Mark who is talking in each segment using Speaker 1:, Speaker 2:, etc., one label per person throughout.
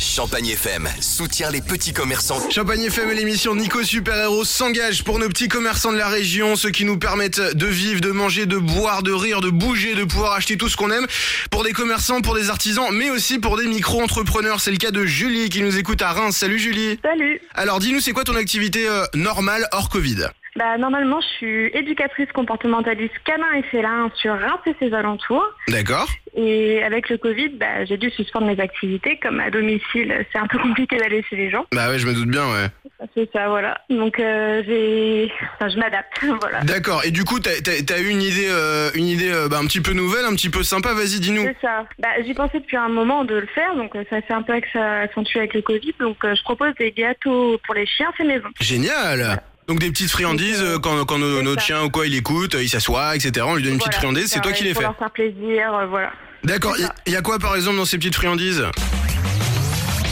Speaker 1: Champagne FM soutient les petits commerçants.
Speaker 2: Champagne FM et l'émission Nico Super Héros s'engagent pour nos petits commerçants de la région, ceux qui nous permettent de vivre, de manger, de boire, de rire, de bouger, de pouvoir acheter tout ce qu'on aime, pour des commerçants, pour des artisans, mais aussi pour des micro-entrepreneurs. C'est le cas de Julie qui nous écoute à Reims. Salut Julie
Speaker 3: Salut.
Speaker 2: Alors dis-nous, c'est quoi ton activité euh, normale hors Covid
Speaker 3: Bah, normalement, je suis éducatrice comportementaliste canin et félin sur Reims et ses alentours.
Speaker 2: D'accord
Speaker 3: Et avec le Covid, bah, j'ai dû suspendre mes activités. Comme à domicile, c'est un peu compliqué d'aller chez les gens.
Speaker 2: Bah ouais, je me doute bien, ouais.
Speaker 3: C'est ça, voilà. Donc, euh, j'ai... Enfin, je m'adapte, voilà.
Speaker 2: D'accord, et du coup, t'as- t'as t'as eu une idée, euh, une idée euh, bah, un petit peu nouvelle, un petit peu sympa, vas-y, dis-nous.
Speaker 3: C'est ça. Bah, j'y pensais depuis un moment de le faire, donc euh, ça s'est un peu acc- accentué avec le Covid. Donc, euh, je propose des gâteaux pour les chiens fait maison.
Speaker 2: Génial Donc des petites friandises, euh, quand, quand no-
Speaker 3: C'est
Speaker 2: notre
Speaker 3: ça.
Speaker 2: chien ou quoi, il écoute, euh, il s'assoit, etc. On lui donne une petite
Speaker 3: Voilà.
Speaker 2: friandise, c'est toi qui les
Speaker 3: Pour
Speaker 2: fais.
Speaker 3: leur faire plaisir, euh, voilà.
Speaker 2: D'accord,
Speaker 3: c'est ça.
Speaker 2: il y, a quoi par exemple dans ces petites friandises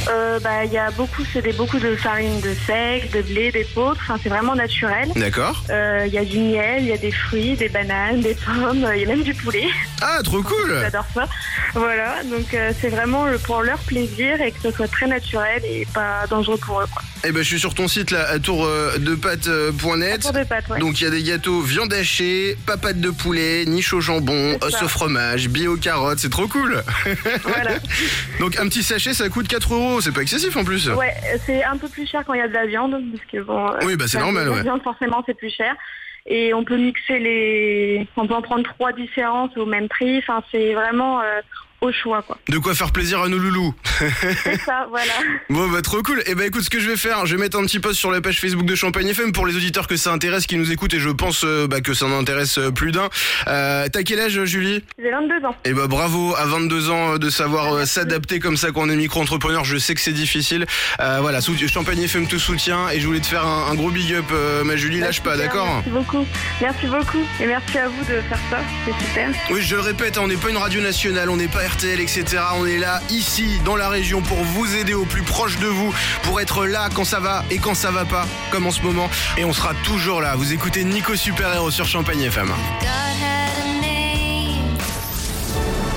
Speaker 3: Euh, bah, il y a beaucoup, c'est des, beaucoup de farine de seigle, de blé, d'épeautre. Enfin, c'est vraiment naturel.
Speaker 2: D'accord.
Speaker 3: Euh, Il y a du miel, il y a des fruits, des bananes, des pommes, euh, il y a même du poulet.
Speaker 2: Ah, trop cool
Speaker 3: J'adore ça. Voilà, donc euh, c'est vraiment le- pour leur plaisir et que ce soit très naturel et pas dangereux pour eux. Quoi.
Speaker 2: Eh ben je suis sur ton site là, à euh, tourdepâtes.net.
Speaker 3: Pour de pâtes, ouais.
Speaker 2: Donc il y a des gâteaux viande hachée, papates de poulet, niche au jambon,
Speaker 3: C'est ça.
Speaker 2: os au fromage, bio carottes, c'est trop cool
Speaker 3: voilà.
Speaker 2: Donc un petit sachet ça coûte 4 euros, c'est pas excessif en plus
Speaker 3: Ouais, euh, c'est un peu plus cher quand il y a de la viande, parce que bon. euh,
Speaker 2: Oui, bah, c'est
Speaker 3: quand il y a
Speaker 2: normal,
Speaker 3: de
Speaker 2: ouais.
Speaker 3: La viande, forcément, c'est plus cher. Et on peut mixer les. On peut en prendre trois différentes au même prix. Enfin, c'est vraiment euh, au choix, quoi.
Speaker 2: De quoi faire plaisir à nos loulous
Speaker 3: C'est ça, voilà.
Speaker 2: Bon bah trop cool. Et bah écoute ce que je vais faire, je vais mettre un petit post sur la page Facebook de Champagne FM pour les auditeurs que ça intéresse, qui nous écoutent et je pense euh, bah, que ça en intéresse euh, plus d'un. Euh, T'as quel âge Julie
Speaker 3: J'ai 22 ans.
Speaker 2: Et bah bravo à 22 ans euh, de savoir euh, s'adapter comme ça quand on est micro-entrepreneur, je sais que c'est difficile. Euh, voilà, sout- Champagne FM te soutient et je voulais te faire un, un gros big up euh, ma
Speaker 4: Bah,
Speaker 2: Julie, lâche pas,
Speaker 3: Super,
Speaker 2: d'accord
Speaker 3: Merci beaucoup. Merci beaucoup. Et merci à vous de faire ça. C'est super.
Speaker 2: Oui, je le répète, hein, on n'est pas une radio nationale, on n'est pas RTL, etc. On est là, ici, dans la région, pour vous aider au plus proche de vous, pour être là quand ça va et quand ça va pas, comme en ce moment. Et on sera toujours là. Vous écoutez Nico Super Héros sur Champagne FM.
Speaker 5: God had a name.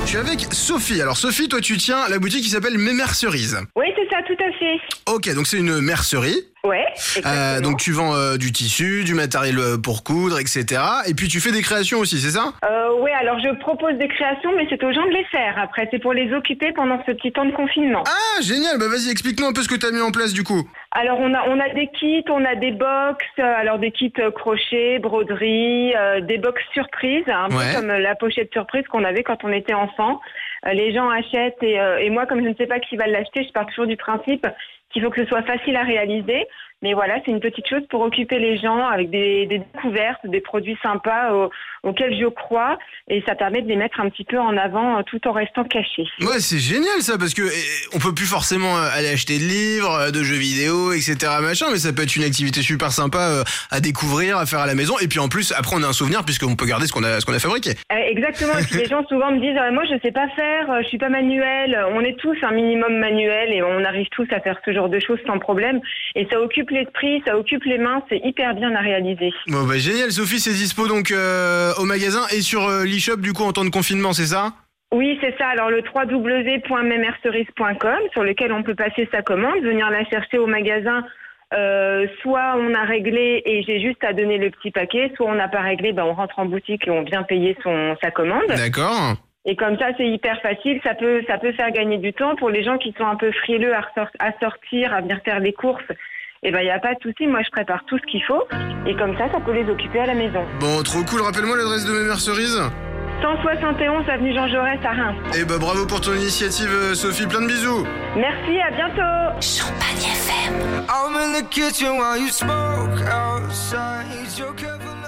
Speaker 2: Je suis avec Sophie. Alors, Sophie, toi, tu tiens la boutique qui s'appelle Mes Merceries.
Speaker 4: Oui, c'est ça, tout à fait.
Speaker 2: Ok, donc c'est une mercerie.
Speaker 4: Ouais.
Speaker 2: Euh,
Speaker 4: exactement.
Speaker 2: donc, tu vends euh, du tissu, du matériel euh, pour coudre, etc. Et puis, tu fais des créations aussi, c'est ça
Speaker 4: Euh, ouais, alors je propose des créations, mais c'est aux gens de les faire. Après, c'est pour les occuper pendant ce petit temps de confinement.
Speaker 2: Ah, génial. Bah, vas-y, explique-nous un peu ce que t'as mis en place, du coup.
Speaker 4: Alors on a on a des kits, on a des box, euh, alors des kits euh, crochet, broderie, euh, des box surprises, un
Speaker 2: Ouais.
Speaker 4: peu comme euh, la pochette surprise qu'on avait quand on était enfant. Euh, les gens achètent et, euh, et moi comme je ne sais pas qui va l'acheter, je pars toujours du principe qu'il faut que ce soit facile à réaliser. Mais voilà, c'est une petite chose pour occuper les gens avec des, des découvertes, des produits sympas au- auxquels je crois et ça permet de les mettre un petit peu en avant euh, tout en restant cachés.
Speaker 2: Ouais, c'est génial ça parce que eh, on peut plus forcément euh, aller acheter de livres, euh, de jeux vidéo, etc. Machin, mais ça peut être une activité super sympa euh, à découvrir, à faire à la maison. Et puis en plus, après, on a un souvenir puisqu'on peut garder ce qu'on a, ce qu'on a fabriqué.
Speaker 4: Euh, Exactement. Et puis les gens souvent me disent Ah, moi je sais pas faire, euh, je suis pas manuel. On est tous un minimum manuel et on arrive tous à faire ce genre de choses sans problème. Et ça occupe l'esprit, ça occupe les mains, c'est hyper bien à réaliser.
Speaker 2: Bon bah génial, Sophie, c'est dispo donc euh, au magasin et sur euh, l'e-shop du coup en temps de confinement, c'est ça
Speaker 4: Oui, c'est ça. Alors le www.memercerise.com sur lequel on peut passer sa commande, venir la chercher au magasin. Euh, soit on a réglé et j'ai juste à donner le petit paquet, soit on n'a pas réglé, ben on rentre en boutique et on vient payer son sa commande.
Speaker 2: D'accord.
Speaker 4: Et comme ça, c'est hyper facile. Ça peut, ça peut faire gagner du temps pour les gens qui sont un peu frileux à, ressort- à sortir, à venir faire des courses. Et ben, il n'y a pas de souci. Moi, je prépare tout ce qu'il faut. Et comme ça, ça peut les occuper à la maison.
Speaker 2: Bon, trop cool. Rappelle-moi l'adresse de mes merceries.
Speaker 4: 171 avenue Jean Jaurès à Reims.
Speaker 2: Et bah bravo pour ton initiative, euh, Sophie. Plein de bisous.
Speaker 4: Merci, à bientôt.
Speaker 5: Champagne FM.
Speaker 6: I'm in the kitchen while you smoke outside. Your cover